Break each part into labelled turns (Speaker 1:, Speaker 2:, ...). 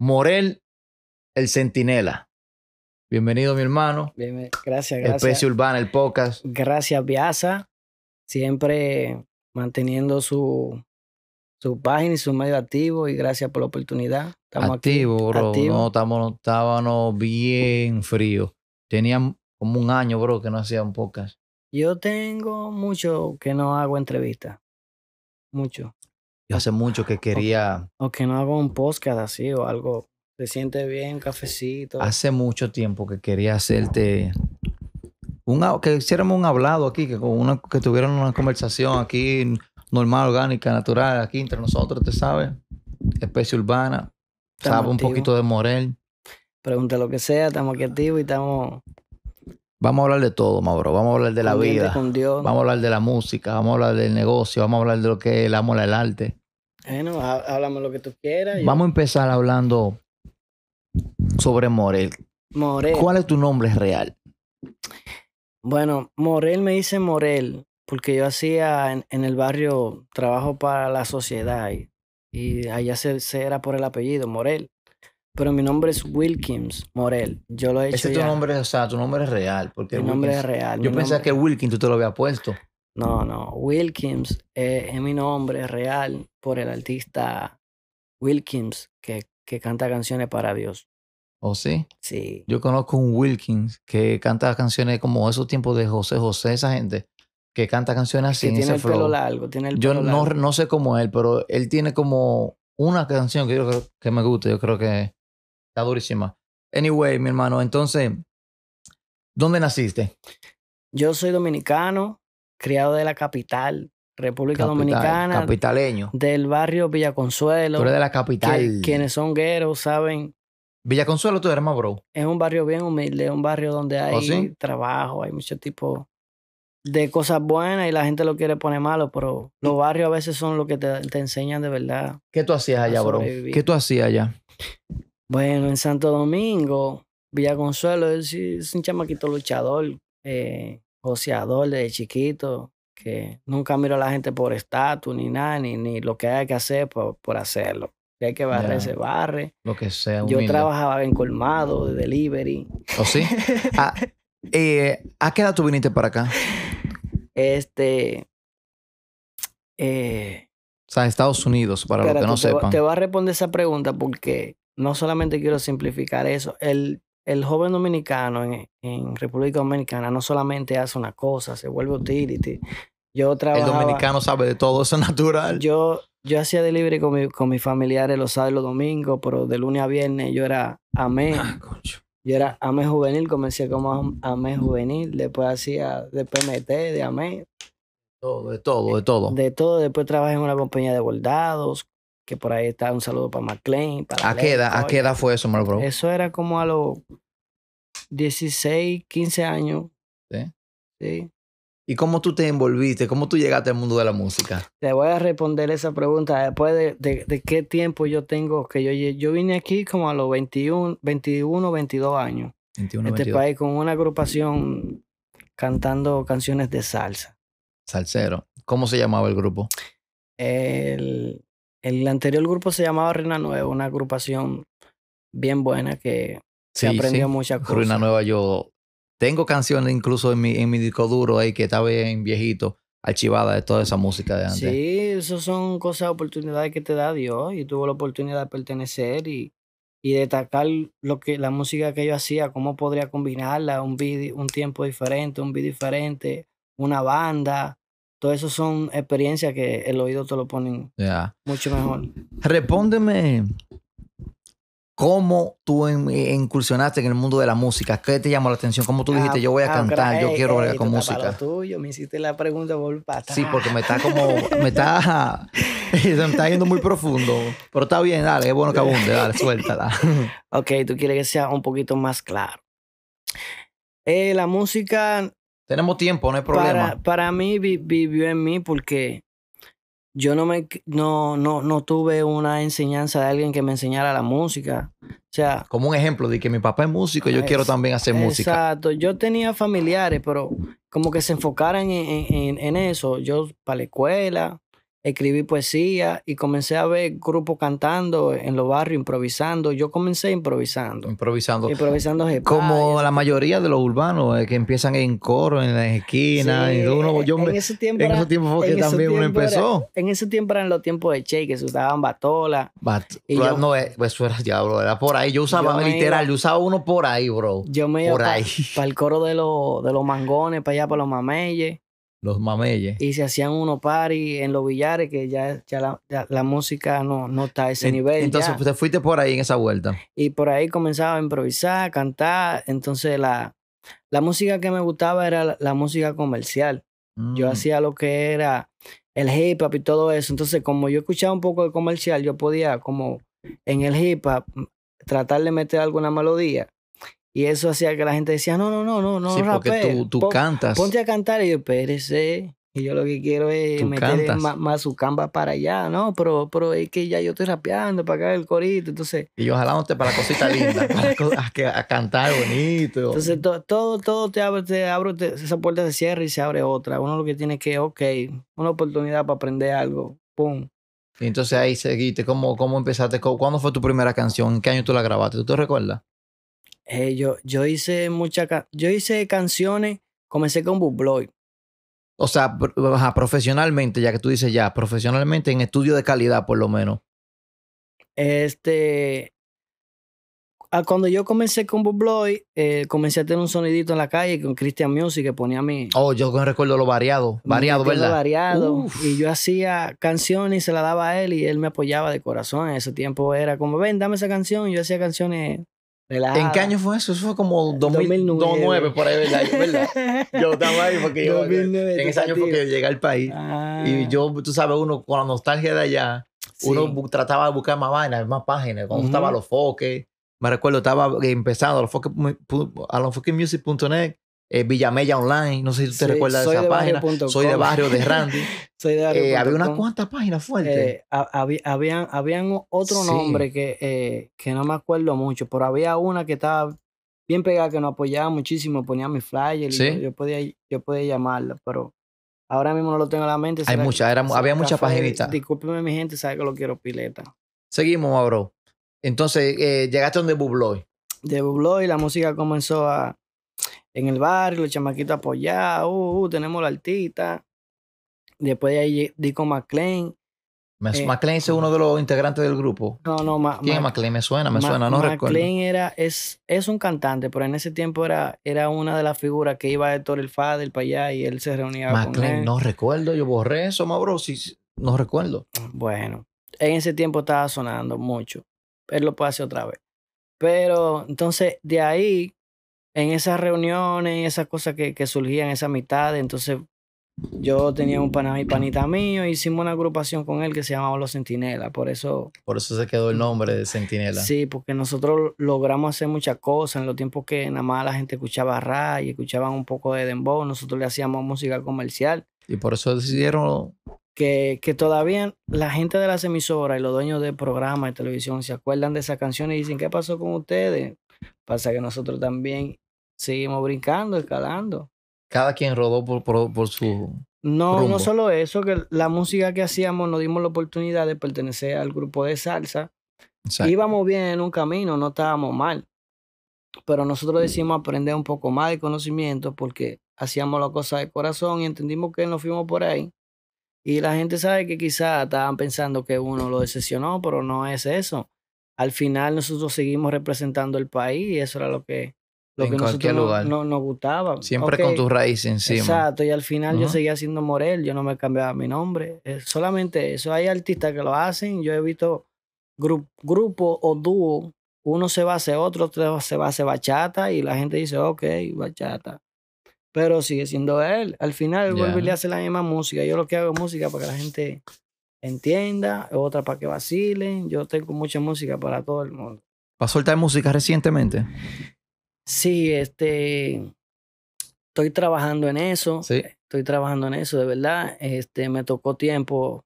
Speaker 1: Morel, el Centinela. Bienvenido, mi hermano.
Speaker 2: Bien, eh, gracias, gracias.
Speaker 1: Especie Urbana, el podcast.
Speaker 2: Gracias, Viasa. Siempre manteniendo su, su página y su medio activo. Y gracias por la oportunidad. Estamos
Speaker 1: activo,
Speaker 2: aquí.
Speaker 1: bro.
Speaker 2: activo.
Speaker 1: No, estamos, estábamos bien fríos. Tenían como un año, bro, que no hacían podcast.
Speaker 2: Yo tengo mucho que no hago entrevistas. Mucho.
Speaker 1: Yo hace mucho que quería,
Speaker 2: O que no hago un podcast así o algo. Se siente bien, un cafecito.
Speaker 1: hace mucho tiempo que quería hacerte un, ha- que hiciéramos un hablado aquí, que, con una, que tuvieran una conversación aquí normal, orgánica, natural, aquí entre nosotros, te sabes. Especie urbana.
Speaker 2: Estamos
Speaker 1: Sabe un
Speaker 2: activos.
Speaker 1: poquito de Morel.
Speaker 2: Pregunta lo que sea, estamos aquí activos y estamos
Speaker 1: Vamos a hablar de todo, Mauro. Vamos a hablar de la
Speaker 2: pendientes
Speaker 1: vida.
Speaker 2: con Dios.
Speaker 1: Vamos a hablar de la música, vamos a hablar del negocio, vamos a hablar de lo que es el amor al arte.
Speaker 2: Bueno, há- háblame lo que tú quieras. yo-
Speaker 1: Vamos a empezar hablando sobre Morel.
Speaker 2: Morel.
Speaker 1: ¿Cuál es tu nombre real?
Speaker 2: Bueno, Morel me dice Morel, porque yo hacía en, en el barrio trabajo para la sociedad y, y allá se, se era por el apellido, Morel. Pero mi nombre es Wilkins Morel. Yo lo he hecho
Speaker 1: Ese es tu
Speaker 2: ya.
Speaker 1: nombre, o sea, tu nombre es real. Porque
Speaker 2: mi nombre es
Speaker 1: Wilkins-
Speaker 2: real.
Speaker 1: Yo
Speaker 2: mi
Speaker 1: pensaba que
Speaker 2: nombre-
Speaker 1: Wilkin tú te lo habías puesto.
Speaker 2: No, no. Wilkins eh, es mi nombre real por el artista Wilkins que, que canta canciones para Dios.
Speaker 1: ¿O sí?
Speaker 2: Sí.
Speaker 1: Yo conozco un Wilkins que canta canciones como esos tiempos de José José, esa gente que canta canciones así.
Speaker 2: que
Speaker 1: en ese
Speaker 2: tiene el pelo
Speaker 1: flow.
Speaker 2: largo, tiene el
Speaker 1: Yo
Speaker 2: pelo
Speaker 1: no,
Speaker 2: largo.
Speaker 1: no sé cómo él, pero él tiene como una canción que yo creo que me gusta. Yo creo que está durísima. Anyway, mi hermano, entonces, ¿dónde naciste?
Speaker 2: Yo soy dominicano, criado de la capital, República
Speaker 1: Capital-
Speaker 2: Dominicana,
Speaker 1: Capitaleño.
Speaker 2: del barrio Villa Consuelo.
Speaker 1: Tú eres de la
Speaker 2: que-
Speaker 1: capital.
Speaker 2: quienes son gueros saben,
Speaker 1: Villa Consuelo, tú eres más bro.
Speaker 2: es un barrio bien humilde, es un barrio donde hay
Speaker 1: ¿Oh, sí?
Speaker 2: trabajo, hay mucho tipo de cosas buenas y la gente lo quiere poner malo, pero
Speaker 1: Mm.
Speaker 2: los barrios a veces son lo que te, te enseñan de verdad.
Speaker 1: ¿Qué tú hacías allá, bro?
Speaker 2: sobreviví.
Speaker 1: ¿Qué tú hacías allá?
Speaker 2: Bueno, en Santo Domingo, Villa Consuelo es, es un chamaquito luchador, eh, joseador desde chiquito, que nunca miro a la gente por estatus ni nada, ni, ni lo que hay que hacer por, por hacerlo. Si hay que barrer,
Speaker 1: Ya.
Speaker 2: se barre.
Speaker 1: Lo que sea.
Speaker 2: Yo
Speaker 1: humilde.
Speaker 2: trabajaba en colmado, de delivery.
Speaker 1: ¿O sí? Ah, eh, ¿A qué edad tú viniste para acá?
Speaker 2: Este. eh,
Speaker 1: O sea, Estados Unidos, para los que
Speaker 2: espérate,
Speaker 1: no
Speaker 2: te, va-
Speaker 1: sepan.
Speaker 2: te voy a responder esa pregunta porque no solamente quiero simplificar eso. El, el joven dominicano en, en República Dominicana no solamente hace una cosa, se vuelve utility. Yo
Speaker 1: El
Speaker 2: trabajaba.
Speaker 1: dominicano sabe de todo, eso es natural.
Speaker 2: Yo, yo hacía delivery con, mi- con mis familiares los sábados y los domingos, pero de lunes a viernes yo era amén.
Speaker 1: Ah, concho.
Speaker 2: Yo era AME juvenil, comencé como am- AME juvenil, después hacía de PMT, de AME,
Speaker 1: Todo, de todo, de todo.
Speaker 2: de todo. Después trabajé en una compañía de bordados, que por ahí está un saludo para McLean. Para
Speaker 1: ¿A qué edad, a
Speaker 2: Leco.
Speaker 1: qué edad fue eso, mal bro?
Speaker 2: Eso era como a los 16, 15 años.
Speaker 1: Sí.
Speaker 2: Sí.
Speaker 1: ¿Y cómo tú te envolviste? ¿Cómo tú llegaste al mundo de la música?
Speaker 2: Te voy a responder esa pregunta después de, de- de qué tiempo yo tengo. que Yo, lle- yo vine aquí como a los 21, 21 22 años.
Speaker 1: 21,
Speaker 2: este
Speaker 1: 22.
Speaker 2: país con una agrupación cantando canciones de salsa.
Speaker 1: Salsero. ¿Cómo se llamaba el grupo?
Speaker 2: El, el anterior grupo se llamaba Reina Nueva, una agrupación bien buena que se aprendió muchas cosas.
Speaker 1: Ruina Nueva, yo tengo canciones incluso en mi, en mi disco duro ahí que está bien viejito, archivada de toda esa música de antes.
Speaker 2: Sí, eso son cosas, oportunidades que te da Dios y tuve la oportunidad de pertenecer y, y destacar lo que, la música que yo hacía, cómo podría combinarla, un, beat- un tiempo diferente, un beat diferente, una banda. Todo eso son experiencias que el oído te lo ponen
Speaker 1: Ya.
Speaker 2: mucho mejor.
Speaker 1: Respóndeme cómo tú en- eh, incursionaste en el mundo de la música. ¿Qué te llamó la atención? ¿Cómo tú dijiste,
Speaker 2: Ah,
Speaker 1: yo voy a
Speaker 2: ah,
Speaker 1: cantar,
Speaker 2: gra-
Speaker 1: yo
Speaker 2: ey,
Speaker 1: quiero
Speaker 2: ey,
Speaker 1: bregar
Speaker 2: tú
Speaker 1: con
Speaker 2: estás para lo
Speaker 1: música?
Speaker 2: tuyo, me hiciste la pregunta por
Speaker 1: Sí, porque me está como, me está, se me está yendo muy profundo. Pero está bien, dale, es bueno que abunde, dale, suéltala.
Speaker 2: Ok, tú quieres que sea un poquito más claro. Eh, la música
Speaker 1: Tenemos tiempo, no hay problema.
Speaker 2: para, para mí vi- vivió en mí porque yo no, me, no, no, no tuve una enseñanza de alguien que me enseñara la música. O sea,
Speaker 1: Como un ejemplo de que mi papá es músico, yo quiero
Speaker 2: Es-
Speaker 1: también hacer música.
Speaker 2: Exacto, yo tenía familiares, pero como que se enfocaran en, en- en- en eso. Yo para la escuela, escribí poesía y comencé a ver grupos cantando en los barrios, improvisando. Yo comencé improvisando.
Speaker 1: Improvisando.
Speaker 2: Improvisando hip hop y
Speaker 1: Como
Speaker 2: eso.
Speaker 1: la mayoría de los urbanos eh, que empiezan en coro, en las esquinas.
Speaker 2: Sí,
Speaker 1: y uno, yo
Speaker 2: en
Speaker 1: me-
Speaker 2: ese tiempo
Speaker 1: en
Speaker 2: era-
Speaker 1: esos tiempos fue
Speaker 2: en
Speaker 1: que
Speaker 2: ese
Speaker 1: también uno
Speaker 2: tiempo era-
Speaker 1: empezó.
Speaker 2: en ese tiempo eran los tiempos de Che, que se usaban batola.
Speaker 1: Bat-
Speaker 2: Y yo-
Speaker 1: no, eh, pues, eso era diablo, era por ahí. Yo usaba,
Speaker 2: Yo me
Speaker 1: literal,
Speaker 2: iba-
Speaker 1: yo usaba uno por ahí, bro.
Speaker 2: Yo me iba
Speaker 1: Por
Speaker 2: para
Speaker 1: ahí.
Speaker 2: el coro de, los de los mangones, para allá, para los mameyes.
Speaker 1: Los mameyes.
Speaker 2: Y se hacían unos party en los billares, que ya, ya, la, ya la música no, no está a ese
Speaker 1: En-
Speaker 2: nivel.
Speaker 1: Entonces,
Speaker 2: ya.
Speaker 1: pues, te fuiste por ahí en esa vuelta.
Speaker 2: Y por ahí comenzaba a improvisar, a cantar. Entonces, la, la música que me gustaba era la, la música comercial. Yo
Speaker 1: Mm.
Speaker 2: hacía lo que era el hip hop y todo eso. Entonces, como yo escuchaba un poco de comercial, yo podía como en el hip hop m- tratar de meter alguna melodía. Y eso hacía que la gente decía, no, no, no, no, no,
Speaker 1: sí, porque
Speaker 2: rapee,
Speaker 1: tú, tú
Speaker 2: pon-
Speaker 1: cantas.
Speaker 2: Ponte a cantar. Y yo, espérese. Y yo lo que quiero es
Speaker 1: Tú
Speaker 2: meter
Speaker 1: cantas.
Speaker 2: más, más su camba para allá, ¿no? Pero, pero es que ya yo estoy rapeando para acá el corito. Entonces,
Speaker 1: Y yo jalándote para la cosita linda, para co- a, que- a cantar bonito.
Speaker 2: Entonces to- todo, todo te abre, te abre, te- esa puerta se cierra y se abre otra. Uno lo que tiene que, ok, una oportunidad para aprender algo. Pum.
Speaker 1: y entonces ahí seguiste. ¿Cómo, cómo empezaste? ¿Cu- ¿Cuándo fue tu primera canción? ¿En qué año tú la grabaste? ¿Tú te recuerdas?
Speaker 2: Eh, yo, yo hice muchas yo hice canciones, comencé con Bubloy.
Speaker 1: O sea, pr- ajá, profesionalmente, ya que tú dices ya, profesionalmente en estudio de calidad por lo menos.
Speaker 2: Este a cuando yo comencé con Bubloy, eh, comencé a tener un sonidito en la calle con Christian Music que ponía mi
Speaker 1: Oh, yo recuerdo lo variado. Variado,
Speaker 2: mi estilo
Speaker 1: ¿verdad?
Speaker 2: variado.
Speaker 1: Uf.
Speaker 2: Y yo hacía canciones y se la daba a él y él me apoyaba de corazón. En ese tiempo era como, ven, dame esa canción. Y yo hacía canciones relajadas.
Speaker 1: ¿En qué año fue eso? Eso fue como
Speaker 2: Eh,
Speaker 1: 2000, 2009,
Speaker 2: 2009.
Speaker 1: por ahí, ¿verdad? Yo, ¿verdad? Yo estaba ahí porque yo,
Speaker 2: 2009,
Speaker 1: en ese año fue que yo llegué al país.
Speaker 2: Este Ah.
Speaker 1: Y yo, tú sabes, uno con la nostalgia de allá,
Speaker 2: Sí.
Speaker 1: uno bu- trataba de buscar más vainas, más páginas. Cuando
Speaker 2: Ujú.
Speaker 1: estaba los foques, me recuerdo, estaba eh, empezando a los foques mu- pu- a losfoquesmusic.net, eh, Villamella Online, no sé si tú te
Speaker 2: Sí,
Speaker 1: recuerdas de
Speaker 2: soy
Speaker 1: esa
Speaker 2: de
Speaker 1: página.
Speaker 2: barrio.com.
Speaker 1: Soy de barrio de Randy.
Speaker 2: Soy de barrio
Speaker 1: Eh,
Speaker 2: punto
Speaker 1: había unas
Speaker 2: com.
Speaker 1: cuantas páginas fuertes.
Speaker 2: Eh, ha- había- habían, habían otro
Speaker 1: Sí.
Speaker 2: nombre que, eh, que no me acuerdo mucho, pero había una que estaba bien pegada, que nos apoyaba muchísimo, ponía mi flyer y
Speaker 1: Sí.
Speaker 2: yo, yo podía, yo podía llamarla, pero ahora mismo no lo tengo en la mente.
Speaker 1: Hay
Speaker 2: será-
Speaker 1: muchas, era-
Speaker 2: será
Speaker 1: había muchas
Speaker 2: café,
Speaker 1: paginitas.
Speaker 2: Discúlpeme mi gente, sabe que lo quiero pileta.
Speaker 1: Seguimos, Mauro. Entonces, eh, llegaste donde Bubloy.
Speaker 2: de Bubló y la música comenzó a en el barrio, los chamaquitos apoyados, uh, uh, tenemos la artista. Después de ahí di con McLean. Eh,
Speaker 1: McLean es uno de los integrantes del grupo.
Speaker 2: No, no, Ma-
Speaker 1: ¿Quién es
Speaker 2: Ma-
Speaker 1: McLean? Me suena, me
Speaker 2: Ma-
Speaker 1: suena, no recuerdo.
Speaker 2: McLean era, es, es un cantante, pero en ese tiempo era, era una de las figuras que iba Héctor el Fader para allá y él se reunía con
Speaker 1: McLean,
Speaker 2: él.
Speaker 1: no recuerdo. Yo borré eso, Mauro. sí, sí, no recuerdo.
Speaker 2: Bueno, en ese tiempo estaba sonando mucho. Él lo puede hacer otra vez. Pero entonces de ahí, en esas reuniones, en esas cosas que, que surgían, esas amistades, entonces yo tenía un pana, mi panita mío, hicimos una agrupación con él que se llamaba Los Centinelas. Por eso,
Speaker 1: Por eso se quedó el nombre de Sentinela.
Speaker 2: Mm. sí, porque nosotros logramos hacer muchas cosas. En los tiempos que nada más la gente escuchaba rap y escuchaban un poco de dembow, nosotros le hacíamos música comercial.
Speaker 1: Y por eso decidieron.
Speaker 2: que, que todavía la gente de las emisoras y los dueños de programas de televisión se acuerdan de esas canciones y dicen, ¿qué pasó con ustedes? Pasa que nosotros también seguimos brincando, escalando.
Speaker 1: Cada quien rodó por, por- por su.
Speaker 2: No,
Speaker 1: Rumbo.
Speaker 2: no solo eso, que la música que hacíamos nos dimos la oportunidad de pertenecer al grupo de salsa.
Speaker 1: o sea,
Speaker 2: Íbamos bien en un camino, no estábamos mal. Pero
Speaker 1: Mm.
Speaker 2: nosotros decimos aprender un poco más de conocimiento porque hacíamos las cosas de corazón y entendimos que nos fuimos por ahí. Y la gente sabe que quizás estaban pensando que uno lo decepcionó, pero no es eso. Al final nosotros seguimos representando el país y eso era lo que, lo
Speaker 1: En
Speaker 2: que nosotros
Speaker 1: cualquier
Speaker 2: no-
Speaker 1: lugar.
Speaker 2: no- nos gustaba.
Speaker 1: siempre
Speaker 2: Ok,
Speaker 1: con tus raíces encima.
Speaker 2: Exacto, y al final yo
Speaker 1: Ujú.
Speaker 2: seguía siendo Morel, yo no me cambiaba mi nombre. Eh, solamente eso, hay artistas que lo hacen, yo he visto gru- grupo o dúo, uno se va a hacer otro, otro se va a hacer bachata y la gente dice, ok, bachata. Pero sigue siendo él, al final él
Speaker 1: Ya.
Speaker 2: vuelve y le hace la misma música. Yo lo que hago es música para que la gente entienda, otra para que vacilen, yo tengo mucha música para todo el mundo.
Speaker 1: ¿Para soltar música recientemente?
Speaker 2: Sí, este, estoy trabajando en eso
Speaker 1: Sí.
Speaker 2: estoy trabajando en eso, de verdad. Este, me tocó tiempo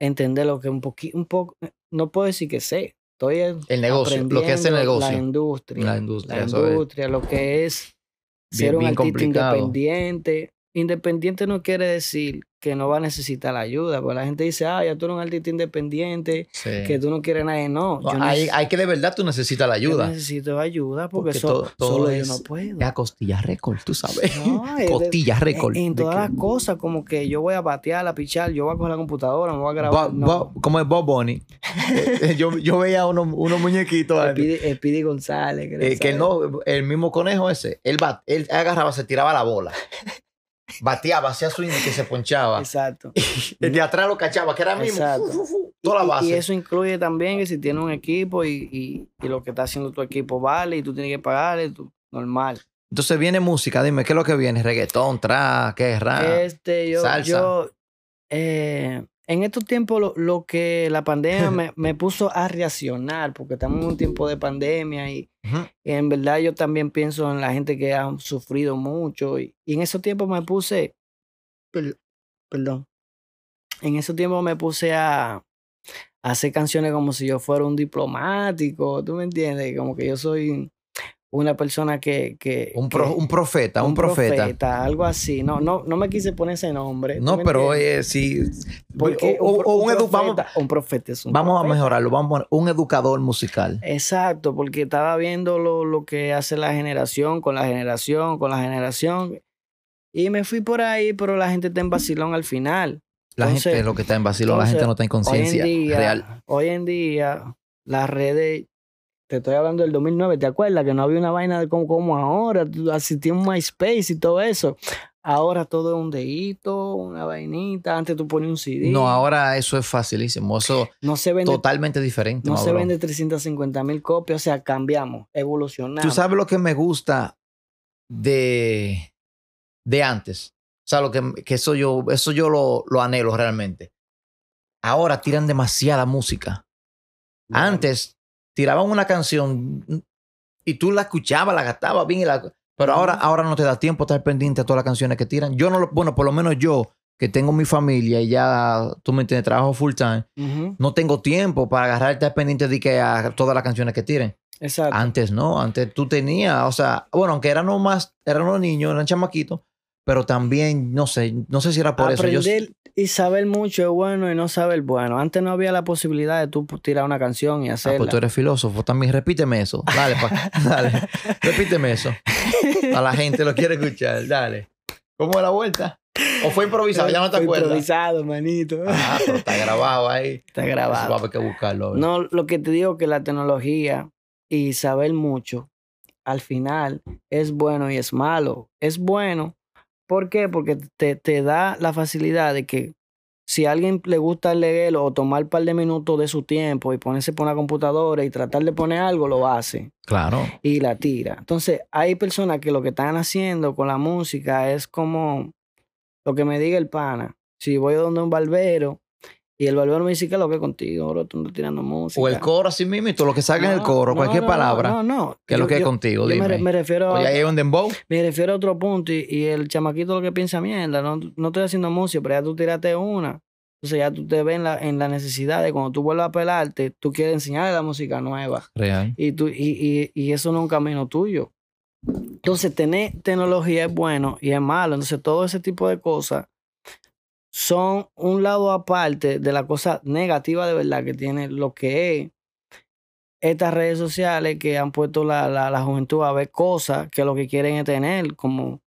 Speaker 2: entender lo que un poquito, un poco, eh, no puedo decir que sé. Estoy en-
Speaker 1: El negocio, lo que es el
Speaker 2: aprendiendo
Speaker 1: negocio.
Speaker 2: La industria.
Speaker 1: La industria,
Speaker 2: la
Speaker 1: eso es.
Speaker 2: industria, lo que es
Speaker 1: Bien-
Speaker 2: ser un
Speaker 1: bien
Speaker 2: artista
Speaker 1: complicado.
Speaker 2: independiente, independiente no quiere decir que no va a necesitar la ayuda, porque la gente dice, ah, ya tú eres un artista independiente,
Speaker 1: Sí.
Speaker 2: que tú no quieres a nadie. No,
Speaker 1: No,
Speaker 2: yo
Speaker 1: hay,
Speaker 2: neces-
Speaker 1: hay que de verdad tú necesitas la
Speaker 2: yo
Speaker 1: ayuda.
Speaker 2: necesito ayuda porque,
Speaker 1: Porque
Speaker 2: so-
Speaker 1: todo- todo
Speaker 2: solo
Speaker 1: es-
Speaker 2: yo no puedo.
Speaker 1: Es a costillas récord, tú sabes.
Speaker 2: No, es de-
Speaker 1: costillas récord.
Speaker 2: en, E en
Speaker 1: De
Speaker 2: todas
Speaker 1: que-
Speaker 2: las cosas, como que yo voy a patear, a pichar, yo voy a coger la computadora, me voy a grabar.
Speaker 1: Bob-
Speaker 2: no.
Speaker 1: Bob- ¿Cómo es Bob Bunny? Eh, eh, yo, yo veía unos unos muñequitos
Speaker 2: El
Speaker 1: antes,
Speaker 2: Pidi, el Pidi González.
Speaker 1: eh, que él no, el mismo conejo ese, él, bat- él agarraba, se tiraba la bola. Bateaba, hacía swing y que se ponchaba.
Speaker 2: Exacto.
Speaker 1: El de atrás lo cachaba, que era el mismo.
Speaker 2: Exacto.
Speaker 1: fu, fu, fu, Toda la
Speaker 2: Y-
Speaker 1: base.
Speaker 2: Y, eso incluye también que si tiene un equipo y, y- y lo que está haciendo tu equipo vale y tú tienes que pagarle, tú- normal.
Speaker 1: Entonces viene música, dime, ¿qué es lo que viene? ¿Reggaetón, tra, qué es rap?
Speaker 2: este, yo,
Speaker 1: salsa.
Speaker 2: yo eh, en estos tiempos lo, lo que la pandemia me, me puso a reaccionar, porque estamos en un tiempo de pandemia y,
Speaker 1: Ujú.
Speaker 2: y en verdad yo también pienso en la gente que ha sufrido mucho y, y en esos tiempos me puse, per- perdón, en esos tiempos me puse a, a hacer canciones como si yo fuera un diplomático, ¿tú me entiendes? Como que yo soy una persona que... que
Speaker 1: Un,
Speaker 2: que-
Speaker 1: pro- un profeta, un, profeta.
Speaker 2: algo así. No, no, no me quise poner ese nombre.
Speaker 1: No,
Speaker 2: ¿tú me
Speaker 1: pero
Speaker 2: entiendes?
Speaker 1: eh, sí.
Speaker 2: Porque
Speaker 1: o- o- o un edu- vamos-
Speaker 2: profeta- un profeta es un
Speaker 1: Vamos a
Speaker 2: profeta.
Speaker 1: mejorarlo, vamos a poner un educador musical.
Speaker 2: Exacto, porque estaba viendo lo, lo que hace la generación con la generación, con la generación. Y me fui por ahí, pero la gente está en vacilón al final.
Speaker 1: La
Speaker 2: Entonces-
Speaker 1: gente es lo que está en vacilo, la
Speaker 2: entonces,
Speaker 1: gente no está en
Speaker 2: Hoy en
Speaker 1: conciencia
Speaker 2: día,
Speaker 1: real.
Speaker 2: hoy en día, las redes, te estoy hablando del 2009, ¿te acuerdas? Que no había una vaina de como, como ahora, tú asistí a un MySpace y todo eso. Ahora todo es un dedito, una vainita, antes tú pones un CD.
Speaker 1: No, ahora eso es facilísimo. Eso
Speaker 2: No se vende,
Speaker 1: totalmente diferente.
Speaker 2: no se
Speaker 1: Maduro.
Speaker 2: vende 350 mil copias, o sea, cambiamos, evolucionamos.
Speaker 1: Tú sabes lo que me gusta de, de antes. O sea, lo que, que eso yo, eso yo lo, lo anhelo realmente. Ahora tiran demasiada música. Antes tiraban una canción mm, y tú la escuchabas, la gastabas bien y la- Pero ahora,
Speaker 2: Ujú.
Speaker 1: ahora no te da tiempo estar pendiente a todas las canciones que tiran. Yo no lo, bueno, por lo menos yo, que tengo mi familia y ya, tú me entiendes, trabajo full time,
Speaker 2: Ujú,
Speaker 1: no tengo tiempo para agarrar estar pendiente de que a todas las canciones que tiren.
Speaker 2: Exacto.
Speaker 1: Antes no, antes tú tenías, o sea, bueno, aunque eran no más, eran unos niños, eran chamaquitos, pero también, no sé, no sé si era por eso. Yo,
Speaker 2: Aprender y saber mucho es bueno y no saber bueno. Antes no había la posibilidad de tú tirar una canción y
Speaker 1: ah,
Speaker 2: hacerla.
Speaker 1: pues tú eres filósofo también, repíteme eso, dale, pa- dale, repíteme eso. A la gente lo quiere escuchar, dale. ¿Cómo era la vuelta? ¿O fue improvisado? Ya no te
Speaker 2: Fue
Speaker 1: acuerdas.
Speaker 2: Improvisado, manito.
Speaker 1: Ah, pero está grabado ahí.
Speaker 2: Está
Speaker 1: Eso va a
Speaker 2: grabado.
Speaker 1: haber que buscarlo. a ver.
Speaker 2: No, lo que te digo que la tecnología y saber mucho, al final, es bueno y es malo. Es bueno, ¿por qué? Porque te, te da la facilidad de que si a alguien le gusta leer o tomar un par de minutos de su tiempo y ponerse por una computadora y tratar de poner algo, lo hace
Speaker 1: Claro.
Speaker 2: y la tira. Entonces, hay personas que lo que están haciendo con la música es como lo que me diga el pana. Si voy donde un barbero y el barbero me dice que lo que es contigo, bro, tú no estás tirando música.
Speaker 1: O el coro así mismo, lo que salga en el
Speaker 2: No,
Speaker 1: coro,
Speaker 2: no,
Speaker 1: cualquier
Speaker 2: no, no,
Speaker 1: palabra,
Speaker 2: No, no.
Speaker 1: que es lo
Speaker 2: Yo-
Speaker 1: que es
Speaker 2: yo-
Speaker 1: contigo,
Speaker 2: yo me,
Speaker 1: dime.
Speaker 2: re- me refiero a,
Speaker 1: Oye, ahí es un dembow.
Speaker 2: me refiero a otro punto y, y el chamaquito lo que piensa, mierda, no, no estoy haciendo música, pero ya tú tiraste una. Entonces ya tú te ves en la, en la necesidad de cuando tú vuelvas a pelarte, tú quieres enseñarle la música nueva.
Speaker 1: Real.
Speaker 2: Y, tú, y, y, y eso no es un camino tuyo. Entonces, tener tecnología es bueno y es malo. Entonces, todo ese tipo de cosas son un lado aparte de la cosa negativa de verdad que tiene lo que es estas redes sociales que han puesto la, la, la juventud a ver cosas que lo que quieren es tener, como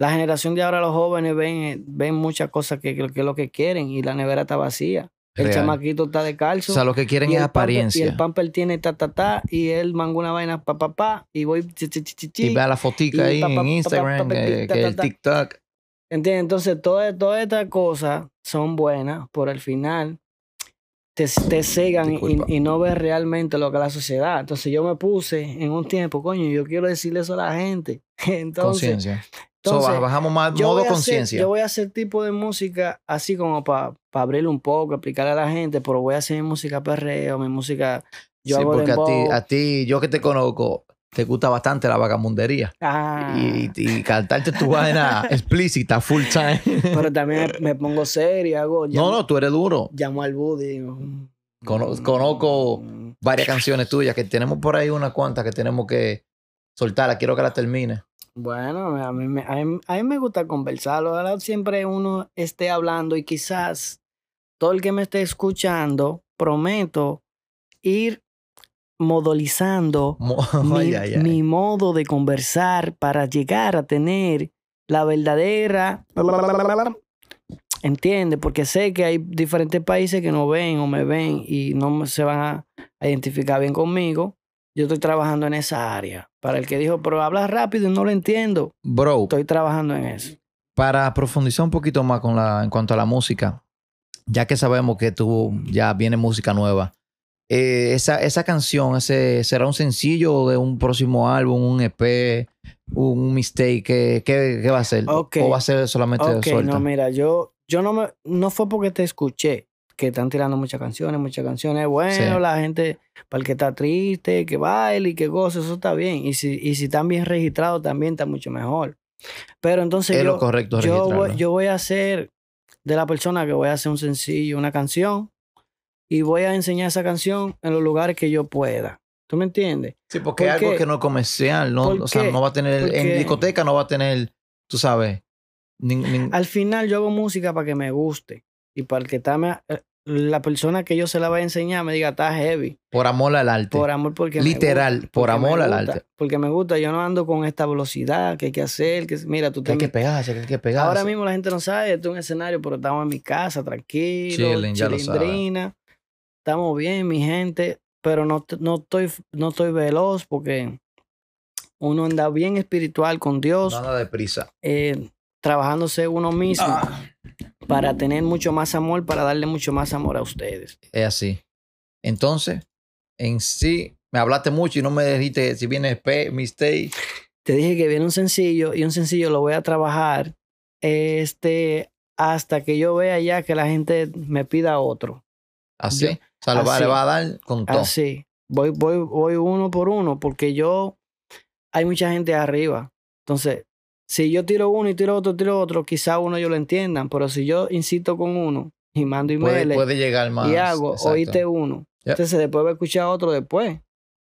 Speaker 2: la generación de ahora, los jóvenes ven, eh, ven muchas cosas que, que es lo que quieren y la nevera está vacía. El
Speaker 1: Real.
Speaker 2: chamaquito está de
Speaker 1: O
Speaker 2: calzo
Speaker 1: sea, lo que quieren
Speaker 2: y
Speaker 1: es
Speaker 2: el pamper-
Speaker 1: apariencia.
Speaker 2: y el pamper tiene ta ta ta y él manga una vaina pa pa pa y voy chi, chi, chi, chi, chi.
Speaker 1: Y vea la fotica
Speaker 2: Y
Speaker 1: ahí
Speaker 2: pa, pa,
Speaker 1: en
Speaker 2: pa, pa,
Speaker 1: Instagram,
Speaker 2: pa, pa,
Speaker 1: que,
Speaker 2: ta,
Speaker 1: que
Speaker 2: ta,
Speaker 1: el
Speaker 2: ta.
Speaker 1: TikTok.
Speaker 2: ¿Entiendes? Entonces, todas todas estas cosas son buenas, por el final te, te cegan y,
Speaker 1: Disculpa.
Speaker 2: y no ves realmente lo que es la sociedad. Entonces, yo me puse en un tiempo, coño, yo quiero decirle eso a la gente. Entonces,
Speaker 1: Conciencia. So,
Speaker 2: entonces
Speaker 1: baj- bajamos más
Speaker 2: yo
Speaker 1: modo
Speaker 2: voy a hacer-
Speaker 1: conciencia.
Speaker 2: Yo voy a hacer tipo de música así como para abrir un poco, explicarle a la gente, pero voy a hacer mi música perreo, mi música. Yo
Speaker 1: sí,
Speaker 2: hago
Speaker 1: porque a ti,
Speaker 2: dembow.
Speaker 1: a ti, yo que te conozco, te gusta bastante la vagamundería.
Speaker 2: Ah.
Speaker 1: Y, y cantarte tu vaina explícita, full time.
Speaker 2: Pero también me, me pongo serio, hago.
Speaker 1: No,
Speaker 2: Llamo,
Speaker 1: no, tú eres duro.
Speaker 2: llamo al Buddy. y digo, mm,
Speaker 1: Cono-
Speaker 2: mm,
Speaker 1: conozco-
Speaker 2: mm.
Speaker 1: Varias canciones tuyas que tenemos por ahí unas cuantas que tenemos que soltarlas. Quiero que las termines.
Speaker 2: Bueno, a mí, me- a mí- a mí me gusta conversar. Ojalá siempre uno esté hablando y quizás todo el que me esté escuchando, prometo ir modulizando
Speaker 1: Mo-
Speaker 2: mi,
Speaker 1: ay, ay, ay.
Speaker 2: mi modo de conversar para llegar a tener la verdadera. Entiende, porque sé que hay diferentes países que no ven o me ven y no me- se van a a identificar bien conmigo. Yo estoy trabajando en esa área. Para el que dijo, pero hablas rápido y no lo entiendo,
Speaker 1: Bro,
Speaker 2: estoy trabajando en eso.
Speaker 1: para profundizar un poquito más con la, en cuanto a la música, ya que sabemos que tú ya viene música nueva, eh, esa, esa canción ese, será un sencillo de un próximo álbum, un EP, un, un mistake, ¿qué, qué, qué va a ser?
Speaker 2: Ok.
Speaker 1: ¿O va a ser solamente
Speaker 2: Ok,
Speaker 1: suelta?
Speaker 2: no, mira, yo, yo no me, no fue porque te escuché que están tirando muchas canciones, muchas canciones. Bueno,
Speaker 1: Sí.
Speaker 2: la gente, para el que está triste, que baile y que goce, eso está bien. Y si, y si están bien registrados, también está mucho mejor. Pero entonces
Speaker 1: es
Speaker 2: yo,
Speaker 1: lo correcto
Speaker 2: yo voy,
Speaker 1: registrarlo.
Speaker 2: yo voy a ser de la persona que voy a hacer un sencillo, una canción, y voy a enseñar esa canción en los lugares que yo pueda. ¿Tú me entiendes?
Speaker 1: sí, porque es
Speaker 2: ¿por
Speaker 1: algo
Speaker 2: qué?
Speaker 1: que no es comercial, no,
Speaker 2: ¿Por
Speaker 1: o sea,
Speaker 2: qué?
Speaker 1: no va a tener,
Speaker 2: ¿Por
Speaker 1: en
Speaker 2: qué?
Speaker 1: discoteca no va a tener, tú sabes, nin- nin-
Speaker 2: Al final yo hago música para que me guste y para el que está me- eh, la persona que yo se la voy a enseñar me diga, está heavy,
Speaker 1: por amor al arte.
Speaker 2: por amor porque me gusta,
Speaker 1: Literal, por
Speaker 2: porque
Speaker 1: amor
Speaker 2: me
Speaker 1: al
Speaker 2: gusta,
Speaker 1: arte.
Speaker 2: Porque me gusta, yo no ando con esta velocidad que hay que hacer, que mira, tú
Speaker 1: Que
Speaker 2: te
Speaker 1: hay que pegarse, que hay que pegarse.
Speaker 2: Ahora mismo la gente no sabe, esto es un escenario, pero estamos en mi casa, tranquilo,
Speaker 1: Chilling, ya lo saben.
Speaker 2: chilindrina. Estamos bien, mi gente, pero no, t- no, estoy, no estoy veloz porque uno anda bien espiritual con Dios,
Speaker 1: Nada de prisa.
Speaker 2: eh, trabajándose uno mismo
Speaker 1: Ah.
Speaker 2: para tener mucho más amor, para darle mucho más amor a ustedes.
Speaker 1: Es así. Entonces, en sí, me hablaste mucho y no me dijiste si viene P, Mistake.
Speaker 2: Te dije que viene un sencillo y un sencillo lo voy a trabajar este, hasta que yo vea ya que la gente me pida otro.
Speaker 1: Así.
Speaker 2: Yo-
Speaker 1: o sea, lo va,
Speaker 2: así.
Speaker 1: le va a dar con todo.
Speaker 2: Así. Voy, voy, voy uno por uno, porque yo. Hay mucha gente arriba. Entonces, si yo tiro uno y tiro otro, tiro otro, quizá uno yo lo entiendan, pero si yo insisto con uno y mando
Speaker 1: Puede,
Speaker 2: email
Speaker 1: puede llegar más.
Speaker 2: y hago,
Speaker 1: Exacto.
Speaker 2: oíste uno.
Speaker 1: Yep.
Speaker 2: Entonces, después voy a escuchar otro después.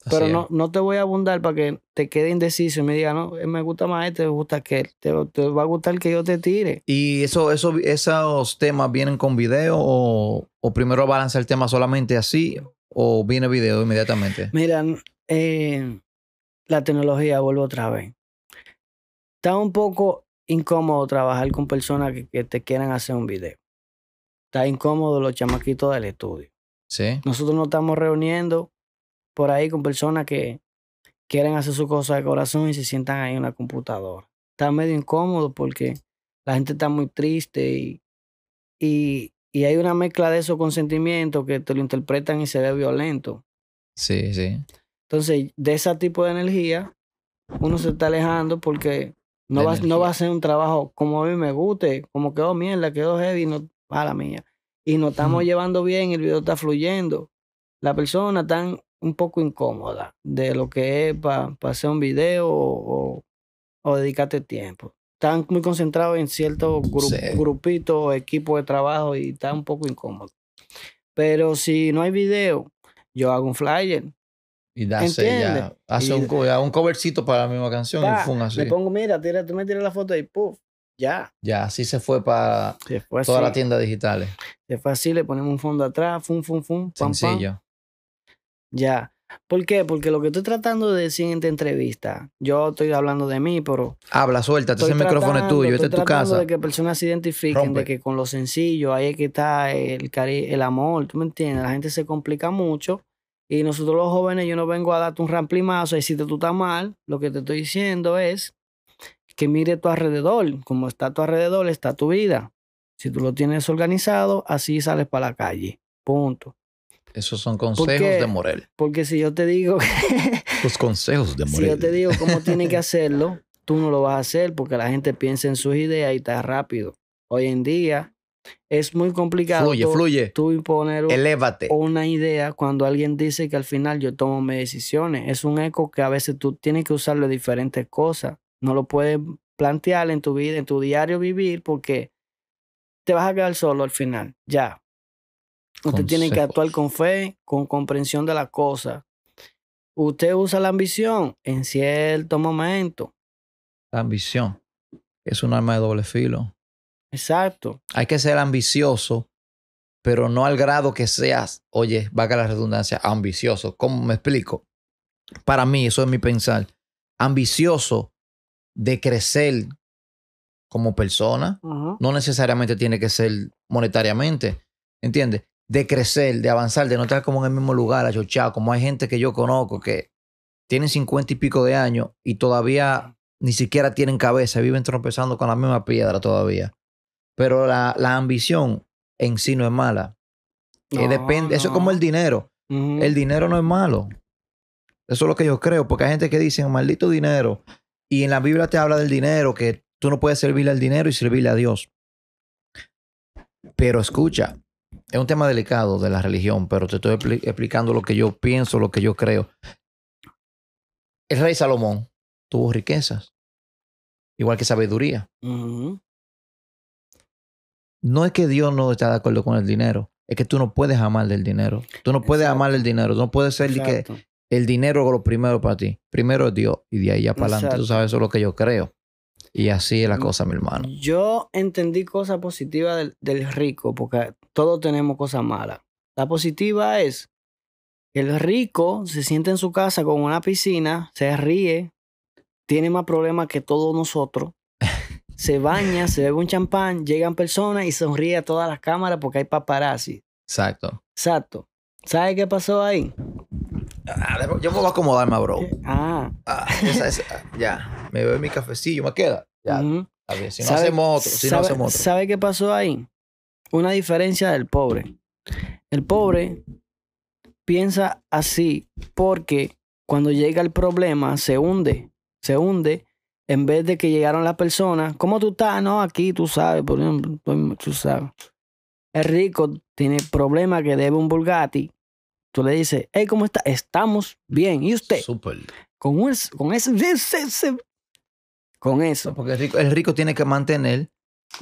Speaker 1: Así
Speaker 2: Pero
Speaker 1: es.
Speaker 2: no, no te voy a abundar para que te quede indeciso y me diga, no, me gusta más este, me gusta aquel. Te, te va a gustar que yo te tire.
Speaker 1: ¿Y eso, eso, esos temas vienen con video o, o primero balanza el tema solamente así o viene video inmediatamente?
Speaker 2: Mira, eh, la tecnología, vuelvo otra vez. Está un poco incómodo trabajar con personas que, que te quieran hacer un video. Está incómodo los chamaquitos del estudio.
Speaker 1: Sí.
Speaker 2: Nosotros nos estamos reuniendo por ahí con personas que quieren hacer su cosa de corazón y se sientan ahí en una computadora. Está medio incómodo porque la gente está muy triste y, y, y hay una mezcla de esos consentimientos que te lo interpretan y se ve violento.
Speaker 1: Sí, sí.
Speaker 2: Entonces, de ese tipo de energía, uno se está alejando porque no
Speaker 1: De
Speaker 2: va,
Speaker 1: energía.
Speaker 2: no va a ser un trabajo como a mí me guste, como quedó mierda, quedó heavy, no, a la mía. Y nos estamos
Speaker 1: Ujú.
Speaker 2: llevando bien, el video está fluyendo. La persona está un poco incómoda de lo que es para hacer un video o, o- o dedicarte tiempo. Están muy concentrados en ciertos gru-
Speaker 1: Sí.
Speaker 2: grupitos o equipos de trabajo y está un poco incómodo. Pero si no hay video, yo hago un flyer,
Speaker 1: Y da ya.
Speaker 2: ¿Entiendes?
Speaker 1: Hace
Speaker 2: Y-
Speaker 1: un, co- ya un covercito para la misma canción
Speaker 2: Pa,
Speaker 1: y fun así.
Speaker 2: Le pongo, mira, tira, tú me tiras la foto y puff, ya.
Speaker 1: Ya, así se fue para
Speaker 2: Se fue así.
Speaker 1: todas las tiendas digitales.
Speaker 2: Se fue así, le ponemos un fondo atrás, fum, fum, fum, pam, pam.
Speaker 1: Sencillo.
Speaker 2: Ya. ¿Por qué? Porque lo que estoy tratando de decir en esta entrevista, yo estoy hablando de mí, pero
Speaker 1: Habla, suéltate,
Speaker 2: estoy
Speaker 1: ese micrófono es
Speaker 2: tratando-
Speaker 1: tuyo, este
Speaker 2: estoy
Speaker 1: es tu
Speaker 2: tratando
Speaker 1: casa.
Speaker 2: de que personas se identifiquen,
Speaker 1: Rompe.
Speaker 2: de que con lo sencillo, ahí es que está el, cari el amor, ¿tú me entiendes? La gente se complica mucho y nosotros los jóvenes, yo no vengo a darte un ramplimazo y si te tú estás mal, lo que te estoy diciendo es que mire tu alrededor, como está tu alrededor, está tu vida. Si tú lo tienes organizado, así sales para la calle, punto.
Speaker 1: Esos son consejos
Speaker 2: qué?
Speaker 1: de Morel.
Speaker 2: Porque si yo te digo que...
Speaker 1: Los consejos de
Speaker 2: Si
Speaker 1: Morel.
Speaker 2: yo te digo cómo tiene que hacerlo, tú no lo vas a hacer porque la gente piensa en sus ideas y está rápido. Hoy en día es muy complicado
Speaker 1: fluye,
Speaker 2: tú,
Speaker 1: fluye.
Speaker 2: tú imponer un-
Speaker 1: Elévate.
Speaker 2: una idea cuando alguien dice que al final yo tomo mis decisiones. Es un eco que a veces tú tienes que usarlo en diferentes cosas. No lo puedes plantear en tu vida, en tu diario vivir porque te vas a quedar solo al final. Ya. Usted tiene que
Speaker 1: Consejos.
Speaker 2: actuar con fe, con comprensión de las cosas. Usted usa la ambición en cierto momento.
Speaker 1: La ambición es un arma de doble filo.
Speaker 2: Exacto.
Speaker 1: Hay que ser ambicioso, pero no al grado que seas, oye, vaga la redundancia, ambicioso. ¿Cómo me explico? Para mí, eso es mi pensar. Ambicioso de crecer como persona,
Speaker 2: Ujú.
Speaker 1: no necesariamente tiene que ser monetariamente, ¿entiendes? De crecer, de avanzar, de no estar como en el mismo lugar, achochado, como hay gente que yo conozco que tienen cincuenta y pico de años y todavía ni siquiera tienen cabeza, viven tropezando con la misma piedra todavía. Pero la, la ambición en sí no es mala. Eh,
Speaker 2: No,
Speaker 1: depende, Eso es
Speaker 2: no.
Speaker 1: como el dinero.
Speaker 2: Ujú.
Speaker 1: El dinero no es malo. Eso es lo que yo creo, porque hay gente que dice, maldito dinero. Y en la Biblia te habla del dinero, que tú no puedes servirle al dinero y servirle a Dios. Pero escucha, es un tema delicado de la religión, pero te estoy expli- explicando lo que yo pienso, lo que yo creo. El rey Salomón tuvo riquezas, igual que sabiduría.
Speaker 2: Ujú.
Speaker 1: No es que Dios no está de acuerdo con el dinero, es que tú no puedes amar el dinero. Tú no puedes
Speaker 2: Exacto.
Speaker 1: amar el dinero, no puedes ser de que
Speaker 2: Exacto.
Speaker 1: el dinero es lo primero para ti. Primero es Dios y de ahí ya para adelante. Tú
Speaker 2: Exacto.
Speaker 1: sabes, eso es lo que yo creo. Y así es la
Speaker 2: Mm.
Speaker 1: cosa, mi hermano.
Speaker 2: Yo entendí cosas positivas del, del rico, porque todos tenemos cosas malas. La positiva es que el rico se siente en su casa con una piscina, se ríe, tiene más problemas que todos nosotros, se baña, se bebe un champán, llegan personas y sonríe a todas las cámaras porque hay paparazzi.
Speaker 1: Exacto.
Speaker 2: Exacto. ¿Sabe qué pasó ahí?
Speaker 1: yo me voy a acomodar, más, bro.
Speaker 2: Ah,
Speaker 1: Ah, esa- esa- ya. Me bebo mi cafecillo, me queda. Ya.
Speaker 2: ujú.
Speaker 1: está bien. Si no
Speaker 2: Mm. ¿Sabe-
Speaker 1: hacemos otro, si no
Speaker 2: sabe-
Speaker 1: hacemos otro.
Speaker 2: ¿Sabe qué pasó ahí? Una diferencia del pobre. El pobre piensa así porque cuando llega el problema se hunde, se hunde. En vez de que llegaron las personas, ¿cómo tú estás? No, aquí tú sabes, por ejemplo, tú- tú sabes. El rico tiene problema que debe un Bugatti. Tú le dices, hey, ¿cómo está? Estamos bien. ¿Y usted?
Speaker 1: Súper.
Speaker 2: Con, un- con ese, ese- ese- con eso.
Speaker 1: Porque el rico, el rico tiene que mantener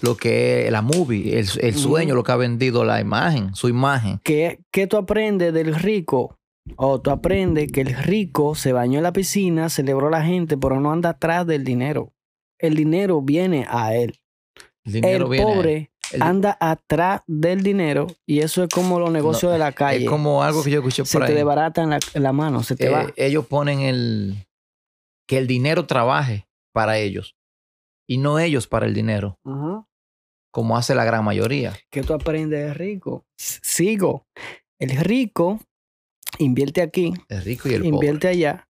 Speaker 1: lo que es la movie, el, el
Speaker 2: Ujú.
Speaker 1: sueño, lo que ha vendido la imagen, su imagen.
Speaker 2: ¿qué, qué tú aprendes del rico? O tú aprendes que el rico se bañó en la piscina, celebró a la gente, pero no anda atrás del dinero. El dinero viene a él.
Speaker 1: El dinero
Speaker 2: el
Speaker 1: viene.
Speaker 2: pobre
Speaker 1: El-
Speaker 2: anda atrás del dinero y eso es como los negocios de la calle.
Speaker 1: es como algo que yo escuché por
Speaker 2: se
Speaker 1: ahí.
Speaker 2: te desbarata en la, en la mano, se te
Speaker 1: eh,
Speaker 2: va.
Speaker 1: ellos ponen el que el dinero trabaje para ellos y no ellos para el dinero,
Speaker 2: Ujú.
Speaker 1: como hace la gran mayoría.
Speaker 2: ¿Qué tú aprendes del rico? S- Sigo. El rico invierte aquí,
Speaker 1: El rico y el
Speaker 2: invierte allá.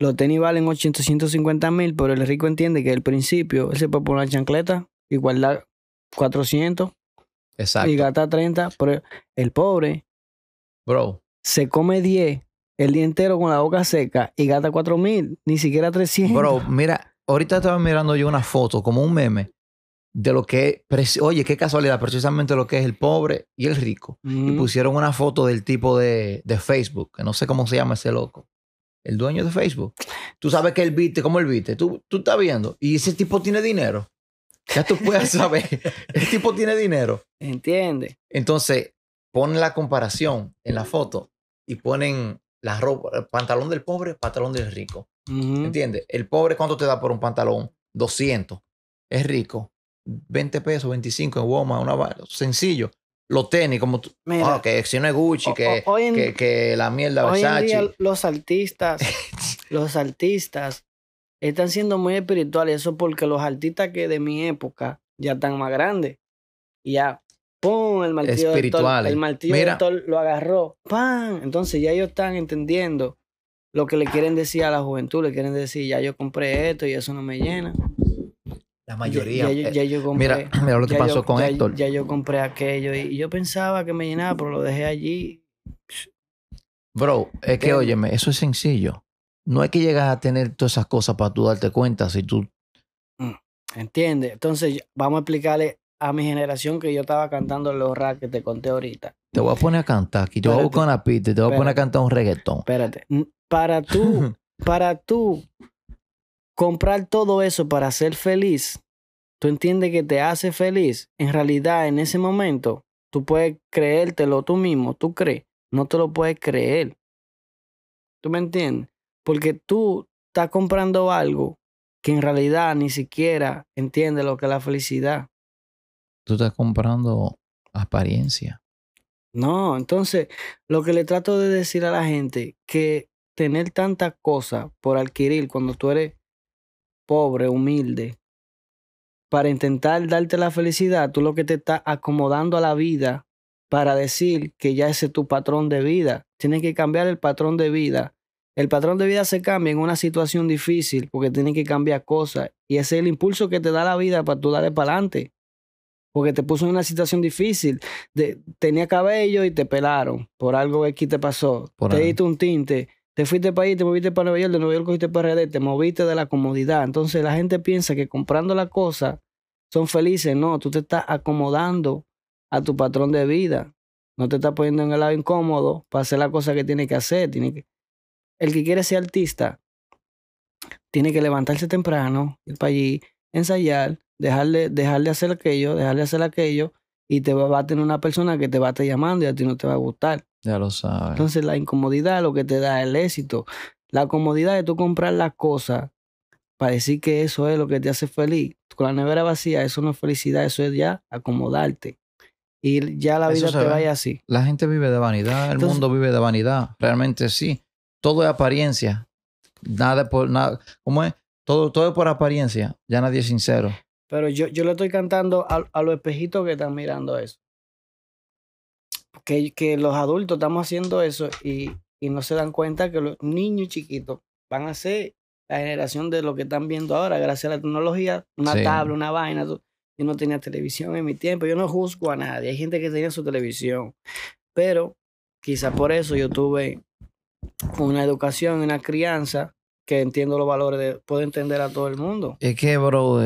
Speaker 2: Los tenis valen 850 mil, pero el rico entiende que al principio él se puede poner una chancleta y guardar 400
Speaker 1: pobre. Exacto.
Speaker 2: y gastar 30, pero el pobre
Speaker 1: Bro,
Speaker 2: se come 10 el día entero con la boca seca y gasta 4 mil, ni siquiera 300.
Speaker 1: bro, mira, ahorita estaba mirando yo una foto como un meme de lo que es, preci- oye, qué casualidad, precisamente lo que es el pobre y el rico.
Speaker 2: Ujú.
Speaker 1: Y pusieron una foto del tipo de, de Facebook, que no sé cómo se llama ese loco. El dueño de Facebook. Tú sabes que él viste, ¿cómo él viste? Tú, tú estás viendo. Y ese tipo tiene dinero. Ya tú puedes saber. el tipo tiene dinero.
Speaker 2: ¿Entiende?
Speaker 1: Entonces, ponen la comparación en la foto y ponen la ropa, el pantalón del pobre, pantalón del rico.
Speaker 2: Ujú.
Speaker 1: ¿Entiendes? El pobre, ¿cuánto te da por un pantalón? 200. Es rico. 20 pesos, 25 en Walmart, una va- sencillo. Los tenis, como tú.
Speaker 2: Mira,
Speaker 1: Ah, que si no es Gucci,
Speaker 2: o-
Speaker 1: que,
Speaker 2: o- hoy en-
Speaker 1: que, que la mierda
Speaker 2: Hoy en
Speaker 1: Versace.
Speaker 2: día los artistas, los artistas están siendo muy espirituales. Eso porque los artistas que de mi época ya están más grandes. Y ya, ¡pum! El martillo de Thor,
Speaker 1: Espirituales.
Speaker 2: el martillo
Speaker 1: Mira.
Speaker 2: de Thor lo agarró. ¡Pam! Entonces ya ellos están entendiendo lo que le quieren decir a la juventud. Le quieren decir, ya yo compré esto y eso no me llena.
Speaker 1: la
Speaker 2: Ya-
Speaker 1: mayoría.
Speaker 2: Ya, yo-
Speaker 1: eh,
Speaker 2: ya yo compré.
Speaker 1: mira, mira lo que
Speaker 2: ya
Speaker 1: pasó
Speaker 2: yo-
Speaker 1: con
Speaker 2: ya-
Speaker 1: Héctor.
Speaker 2: Ya yo compré aquello. Y, y yo pensaba que me llenaba, pero lo dejé allí.
Speaker 1: Bro, es que
Speaker 2: Entiendo.
Speaker 1: óyeme, eso es sencillo. No hay que llegar a tener todas esas cosas para tú darte cuenta si tú
Speaker 2: ¿Entiendes? Entonces, vamos a explicarle a mi generación que yo estaba cantando los rap que te conté ahorita.
Speaker 1: Te voy a poner a cantar aquí. Te voy a
Speaker 2: Espérate.
Speaker 1: buscar una pista y te voy a poner a
Speaker 2: Espérate.
Speaker 1: cantar un reggaetón.
Speaker 2: Espérate. N- Para tú, para tú comprar todo eso para ser feliz, tú entiendes que te hace feliz. En realidad, en ese momento, tú puedes creértelo tú mismo, tú crees. No te lo puedes creer. ¿Tú me entiendes? Porque tú estás comprando algo que en realidad ni siquiera entiende lo que es la felicidad.
Speaker 1: Tú estás comprando apariencia.
Speaker 2: No, entonces lo que le trato de decir a la gente, que tener tantas cosas por adquirir cuando tú eres pobre, humilde, para intentar darte la felicidad, tú lo que te estás acomodando a la vida para decir que ya ese es tu patrón de vida. Tienes que cambiar el patrón de vida. El patrón de vida se cambia en una situación difícil porque tienes que cambiar cosas. Y ese es el impulso que te da la vida para tú darle para adelante. Porque te puso en una situación difícil. De, tenía cabello y te pelaron. Por algo X te pasó.
Speaker 1: Por
Speaker 2: te
Speaker 1: algo.
Speaker 2: diste un tinte. Te fuiste para ahí, te moviste para Nueva York, de Nueva York cogiste para RD, te moviste de la comodidad. Entonces la gente piensa que comprando las cosas son felices. No, tú te estás acomodando a tu patrón de vida. No te estás poniendo en el lado incómodo para hacer la cosa que tiene que hacer. Tiene que... El que quiere ser artista tiene que levantarse temprano, ir para allí, ensayar, dejar de, dejar de hacer aquello, dejar de hacer aquello, y te va, va a tener una persona que te va a estar llamando y a ti no te va a gustar.
Speaker 1: Ya lo sabes.
Speaker 2: Entonces la incomodidad es lo que te da el éxito. La comodidad de tú comprar las cosas para decir que eso es lo que te hace feliz. Con la nevera vacía, eso no es felicidad, eso es ya acomodarte. Y ya la
Speaker 1: Eso
Speaker 2: vida
Speaker 1: se
Speaker 2: te
Speaker 1: ve.
Speaker 2: vaya así.
Speaker 1: La gente vive de vanidad, el
Speaker 2: Entonces-
Speaker 1: mundo vive de vanidad. Realmente sí. Todo es apariencia. Nada por nada. ¿Cómo es? Todo, todo es por apariencia. Ya nadie es sincero.
Speaker 2: Pero yo, yo le estoy cantando a, a los espejitos que están mirando eso. Que, que los adultos estamos haciendo eso y, y no se dan cuenta que los niños chiquitos van a ser la generación de lo que están viendo ahora, gracias a la tecnología, una
Speaker 1: Sí.
Speaker 2: tabla, una vaina. tú- Yo no tenía televisión en mi tiempo, yo no juzgo a nadie, hay gente que tenía su televisión, pero quizás por eso yo tuve una educación, una crianza que entiendo los valores, de, puedo entender a todo el mundo.
Speaker 1: Es que, bro,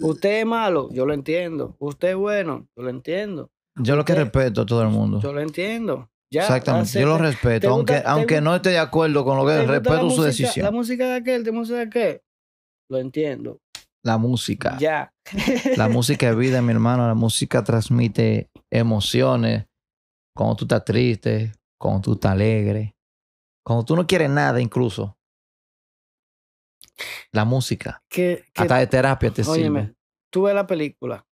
Speaker 2: Usted es malo, yo lo entiendo. Usted es bueno, yo lo entiendo.
Speaker 1: yo lo que
Speaker 2: Ok.
Speaker 1: respeto a todo el mundo.
Speaker 2: Yo lo entiendo. Ya,
Speaker 1: Exactamente. Yo lo
Speaker 2: acepte.
Speaker 1: respeto.
Speaker 2: ¿Te gusta-
Speaker 1: aunque
Speaker 2: te
Speaker 1: aunque
Speaker 2: gu-
Speaker 1: no esté de acuerdo con lo que
Speaker 2: ¿Te
Speaker 1: es,
Speaker 2: gusta la
Speaker 1: respeto su
Speaker 2: música-
Speaker 1: decisión.
Speaker 2: La música de aquel, de música de aquel. Lo entiendo.
Speaker 1: la música.
Speaker 2: Ya.
Speaker 1: La música es vida, mi hermano. La música transmite emociones. Cuando tú estás triste, cuando tú estás alegre, cuando tú no quieres nada incluso. La música.
Speaker 2: que, que-
Speaker 1: Hasta de terapia te
Speaker 2: óyeme, tú ves la película.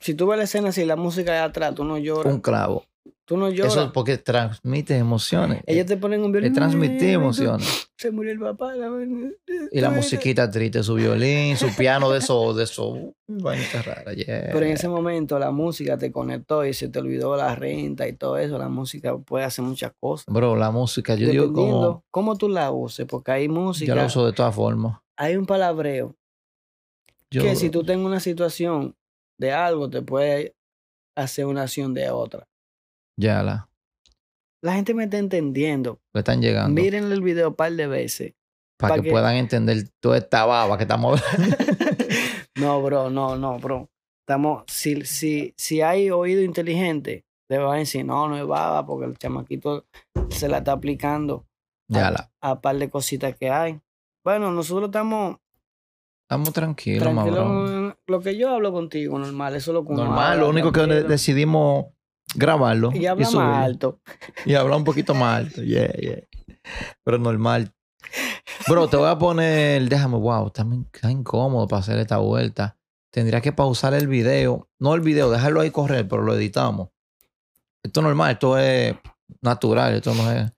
Speaker 2: Si tú ves la escena así, la música de atrás, tú no
Speaker 1: sirve.
Speaker 2: lloras.
Speaker 1: Un clavo.
Speaker 2: Tú no lloras.
Speaker 1: Eso es porque transmite emociones.
Speaker 2: Ellos te ponen un
Speaker 1: Le
Speaker 2: violín.
Speaker 1: transmite
Speaker 2: "Ay,
Speaker 1: emociones.
Speaker 2: Se murió el papá. la-
Speaker 1: Y la musiquita triste, su violín, su piano de eso, de eso. Vainita rara, yeah.
Speaker 2: Pero en ese momento la música te conectó y se te olvidó la renta y todo eso. La música puede hacer muchas cosas.
Speaker 1: Bro, la música, yo digo
Speaker 2: dependiendo
Speaker 1: como.
Speaker 2: cómo tú la uses, porque hay
Speaker 1: Yo
Speaker 2: música,
Speaker 1: la uso de todas formas.
Speaker 2: hay un palabreo
Speaker 1: Yo,
Speaker 2: que si tú tienes una situación de algo te puede hacer una acción de otra.
Speaker 1: Ya la.
Speaker 2: La gente me está entendiendo.
Speaker 1: Le están llegando.
Speaker 2: Mírenle el video un par de veces.
Speaker 1: para
Speaker 2: pa'
Speaker 1: que,
Speaker 2: que-
Speaker 1: puedan entender toda esta baba que estamos hablando.
Speaker 2: no, bro, no, no, bro. Estamos, si, si, si hay oído inteligente, te van a decir, no, no es baba, porque el chamaquito se la está aplicando
Speaker 1: ya la.
Speaker 2: a par de cositas que hay. Bueno, nosotros estamos
Speaker 1: Estamos tranquilos,
Speaker 2: Tranquilo,
Speaker 1: mabrón.
Speaker 2: eh, lo que yo hablo contigo, normal, eso es lo que uno
Speaker 1: Normal, lo
Speaker 2: habla,
Speaker 1: único que de-
Speaker 2: tranquilo.
Speaker 1: decidimos grabarlo
Speaker 2: Y
Speaker 1: y,
Speaker 2: habla
Speaker 1: subirlo.
Speaker 2: más alto.
Speaker 1: y hablar un poquito más alto. Yeah, yeah. Pero normal. Bro, te voy a poner. Déjame, wow, está, muy- está incómodo para hacer esta vuelta. Tendría que pausar el video. No el video, dejarlo ahí correr, pero lo editamos. Esto es normal, esto es natural, esto no es.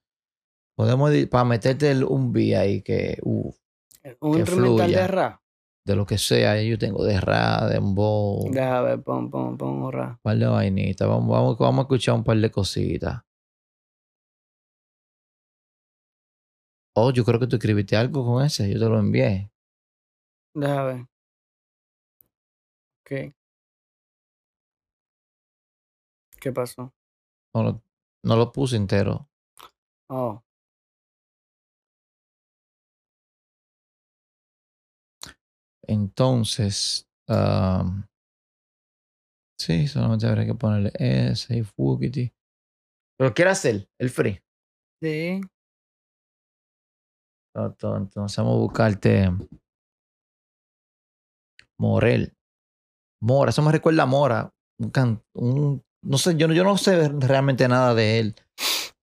Speaker 1: Podemos edi- para meterte el- un beat ahí que. uf,
Speaker 2: Un
Speaker 1: eh, Que
Speaker 2: instrumental
Speaker 1: fluya.
Speaker 2: de rap.
Speaker 1: de lo que sea. Yo tengo de ra, de embo, un
Speaker 2: Deja ver, pon, pon, pon un rap.
Speaker 1: par de vainitas. Vamos, vamos, vamos a escuchar un par de cositas. Oh, yo creo que tú escribiste algo con ese. Yo te lo envié.
Speaker 2: Deja ver. Ok. ¿Qué pasó?
Speaker 1: No lo, no lo puse entero.
Speaker 2: Oh,
Speaker 1: Entonces, am, sí, solamente habría que ponerle ese y Fugity. Pero quiere hacer el free.
Speaker 2: sí.
Speaker 1: Exacto, Entonces vamos a buscarte Morel. Mora, eso me recuerda a Mora. Un can- un- no sé, yo, no- yo no sé realmente nada de él.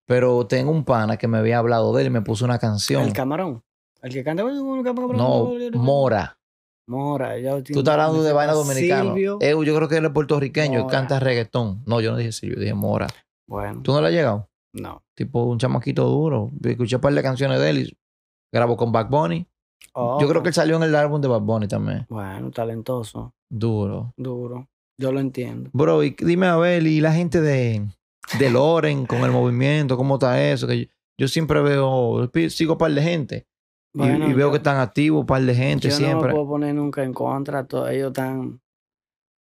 Speaker 1: Pero tengo un pana que me había hablado de él y me puso una canción.
Speaker 2: El camarón. El que canta.
Speaker 1: No, Mora.
Speaker 2: Mora, ya lo tiene-
Speaker 1: Tú estás hablando de vaina dominicana.
Speaker 2: Silvio.
Speaker 1: Eh, yo creo que él es puertorriqueño,
Speaker 2: Mora.
Speaker 1: canta reggaetón. No, yo no dije Silvio, dije Mora.
Speaker 2: Bueno,
Speaker 1: ¿Tú no le has llegado?
Speaker 2: no.
Speaker 1: Tipo un chamaquito duro. Escuché un par de canciones de él y grabó con Bad Bunny. Yo
Speaker 2: Oh.
Speaker 1: creo que él salió en el álbum de Bad Bunny también.
Speaker 2: Bueno, talentoso,
Speaker 1: Duro.
Speaker 2: duro. Yo lo entiendo.
Speaker 1: Bro, y dime a ver, y la gente de, de Loren con el movimiento, ¿cómo está eso? Que yo, yo siempre veo, pi- sigo un par de gente. Y,
Speaker 2: Bueno,
Speaker 1: y veo
Speaker 2: yo-
Speaker 1: que están activos, un par de gente
Speaker 2: yo no
Speaker 1: siempre.
Speaker 2: me puedo poner nunca en contra. to- ellos están,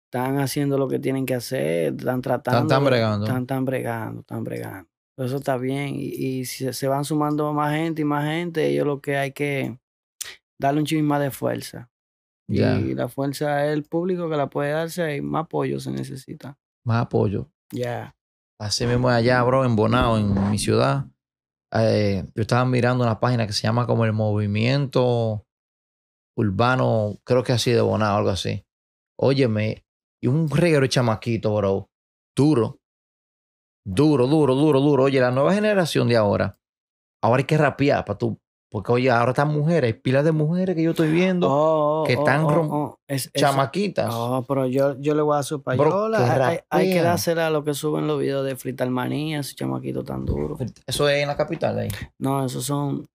Speaker 2: están haciendo lo que tienen que hacer, están tratando.
Speaker 1: están bregando.
Speaker 2: Están, están bregando, están bregando. Eso está bien. Y, y si se van sumando más gente y más gente, ellos lo que hay que darle un chisme más de fuerza.
Speaker 1: Ya.
Speaker 2: Y la fuerza es el público que la puede darse y más apoyo se necesita.
Speaker 1: Más apoyo.
Speaker 2: Ya.
Speaker 1: Así mismo allá, bro, en Bonao, en mi ciudad. eh, yo estaba mirando una página que se llama como el Movimiento Urbano, creo que así de Bonao, algo así. Óyeme, y un reguero de chamaquito, bro. Duro. Duro, duro, duro, duro. Oye, la nueva generación de ahora. Ahora hay que rapear para tú. Porque, oye, ahora están mujeres, hay pilas de mujeres que yo estoy viendo.
Speaker 2: Oh, oh,
Speaker 1: que
Speaker 2: oh,
Speaker 1: están
Speaker 2: oh,
Speaker 1: rom-
Speaker 2: oh, es- eso- oh.
Speaker 1: chamaquitas.
Speaker 2: No, pero yo, yo le voy a dar su
Speaker 1: Bro,
Speaker 2: payola.
Speaker 1: que
Speaker 2: Hay, hay- hay que
Speaker 1: rapean.
Speaker 2: dársela a lo que suben los videos de Frital Manía, ese chamaquito tan duro.
Speaker 1: Eso es en la capital ahí.
Speaker 2: No, esos son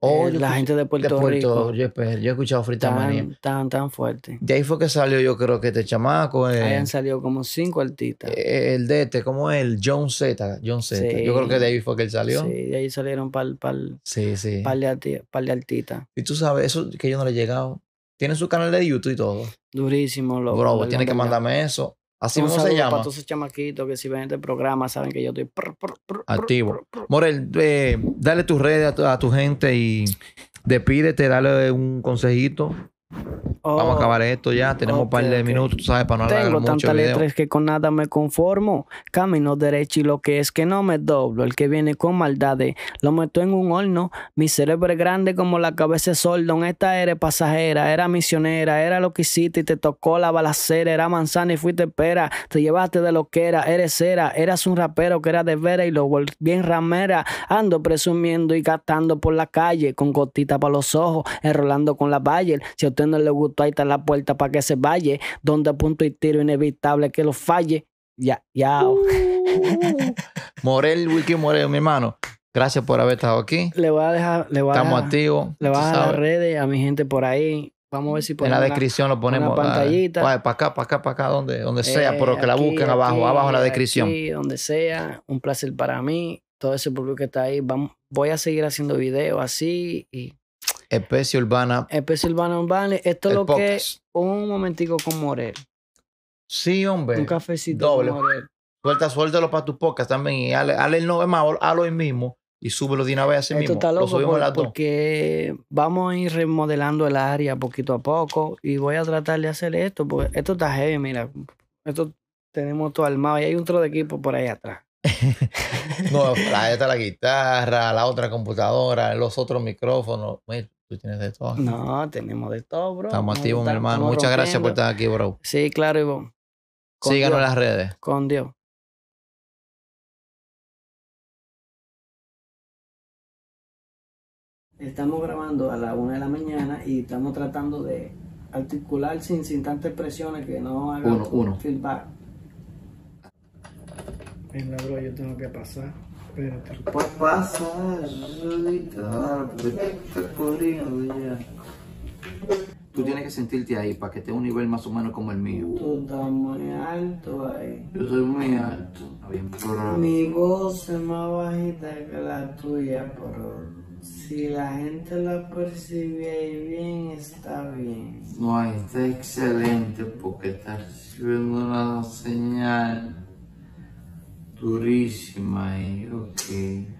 Speaker 1: Oh,
Speaker 2: eh,
Speaker 1: yo
Speaker 2: la
Speaker 1: escuché-
Speaker 2: gente de
Speaker 1: de
Speaker 2: Puerto, Rico.
Speaker 1: Yo, espe- yo he escuchado Frita Manía.
Speaker 2: Tan, tan, tan fuerte.
Speaker 1: De ahí fue que salió, yo creo que este chamaco, eh,
Speaker 2: Ahí han salido como cinco artistas.
Speaker 1: eh, el de este, ¿cómo es? El John Z. John Z.
Speaker 2: Sí.
Speaker 1: Yo creo que de ahí fue que él salió.
Speaker 2: Sí, de ahí salieron par, par,
Speaker 1: Sí, sí.
Speaker 2: par de, arti- par de artistas.
Speaker 1: Y tú sabes, eso que yo no le he llegado. Tiene su canal de YouTube y todo.
Speaker 2: Durísimo, loco.
Speaker 1: Bro,
Speaker 2: ¿verdad?
Speaker 1: tiene que
Speaker 2: ¿verdad?
Speaker 1: mandarme eso. Así
Speaker 2: Un
Speaker 1: mismo se
Speaker 2: saludo Para
Speaker 1: llama.
Speaker 2: todos esos chamaquitos que si ven este programa saben que yo estoy prr, prr, prr, prr,
Speaker 1: Activo.
Speaker 2: prr, prr.
Speaker 1: Morel, eh, dale tus redes a tu, a tu gente y despídete, dale un consejito. Vamos a
Speaker 2: Oh.
Speaker 1: acabar esto ya. Tenemos un par
Speaker 2: ok,
Speaker 1: de
Speaker 2: ok.
Speaker 1: minutos, tú sabes, para no hablar
Speaker 2: Tengo
Speaker 1: mucho
Speaker 2: tantas
Speaker 1: video.
Speaker 2: letras que con nada me conformo. Camino derecho y lo que es que no me doblo. El que viene con maldades lo meto en un horno. Mi cerebro es grande como la cabeza es En Esta eres pasajera, era misionera, era lo que hiciste y te tocó la balacera. Era manzana y fuiste pera. Te llevaste de lo que era, eres cera. Eras un rapero que era de vera y lo volví bien ramera. Ando presumiendo y gastando por la calle con gotita para los ojos, enrolando con la Bayer. Si a usted no le gustó, ahí está la puerta para que se vaya donde punto y tiro inevitable que lo falle. Ya, ya.
Speaker 1: Morel, Wiki Morel, mi hermano. Gracias por haber estado aquí.
Speaker 2: Le voy a dejar, le voy a,
Speaker 1: Estamos
Speaker 2: dejar-
Speaker 1: activos.
Speaker 2: le
Speaker 1: tú
Speaker 2: voy a dejar las
Speaker 1: sabes.
Speaker 2: redes a mi gente por ahí. Vamos a ver si
Speaker 1: en la
Speaker 2: ponemos una-
Speaker 1: descripción lo ponemos.
Speaker 2: pantallita.
Speaker 1: para acá, para acá, para acá, donde, donde sea,
Speaker 2: eh,
Speaker 1: pero que la
Speaker 2: aquí,
Speaker 1: busquen abajo,
Speaker 2: aquí,
Speaker 1: abajo en la descripción.
Speaker 2: aquí, donde sea, un placer para mí. Todo ese público que está ahí, vamos, voy a seguir haciendo videos así. Y
Speaker 1: Especie urbana.
Speaker 2: especial Urbano Urbano, esto es
Speaker 1: El
Speaker 2: lo que
Speaker 1: podcast.
Speaker 2: es un momentico con Morel.
Speaker 1: Sí, hombre.
Speaker 2: Un cafecito
Speaker 1: Pues, doble.
Speaker 2: con Morel.
Speaker 1: Suelta, suéltalo para tu podcast también. Y hale, hale el no, es más, hazlo hoy mismo. Y súbelo de una vez así
Speaker 2: Esto
Speaker 1: mismo.
Speaker 2: está
Speaker 1: Lo
Speaker 2: loco
Speaker 1: subimos
Speaker 2: por-
Speaker 1: las dos.
Speaker 2: porque vamos a ir remodelando el área poquito a poco y voy a tratar de hacer esto, porque esto está heavy, mira. Esto tenemos todo armado y hay un tro de equipo por ahí atrás.
Speaker 1: No, ahí está la guitarra, la otra computadora, los otros micrófonos. Mira, tú tienes de todo.
Speaker 2: No, tenemos de todo, bro.
Speaker 1: Estamos
Speaker 2: No,
Speaker 1: activos, mi
Speaker 2: está-
Speaker 1: hermano.
Speaker 2: estamos
Speaker 1: Muchas gracias por
Speaker 2: rompiendo.
Speaker 1: estar aquí, bro.
Speaker 2: Sí, claro, Ivonne. Con
Speaker 1: Síganos en
Speaker 2: Dios,
Speaker 1: las redes.
Speaker 2: Con Dios. Estamos grabando a la una de la mañana y estamos tratando de articular sin, sin tantas presiones que no hagan
Speaker 1: Uno, uno.
Speaker 2: feedback. En la bro, yo tengo que pasar. Espérate.
Speaker 1: Tú tienes que sentirte ahí para que esté un nivel más o menos como el mío.
Speaker 2: Tú estás muy alto ahí.
Speaker 1: Yo soy muy alto.
Speaker 2: Mi voz es más bajita que la tuya, pero si la gente la percibe ahí bien, está bien.
Speaker 1: No, está excelente porque está recibiendo una señal durísima y ok.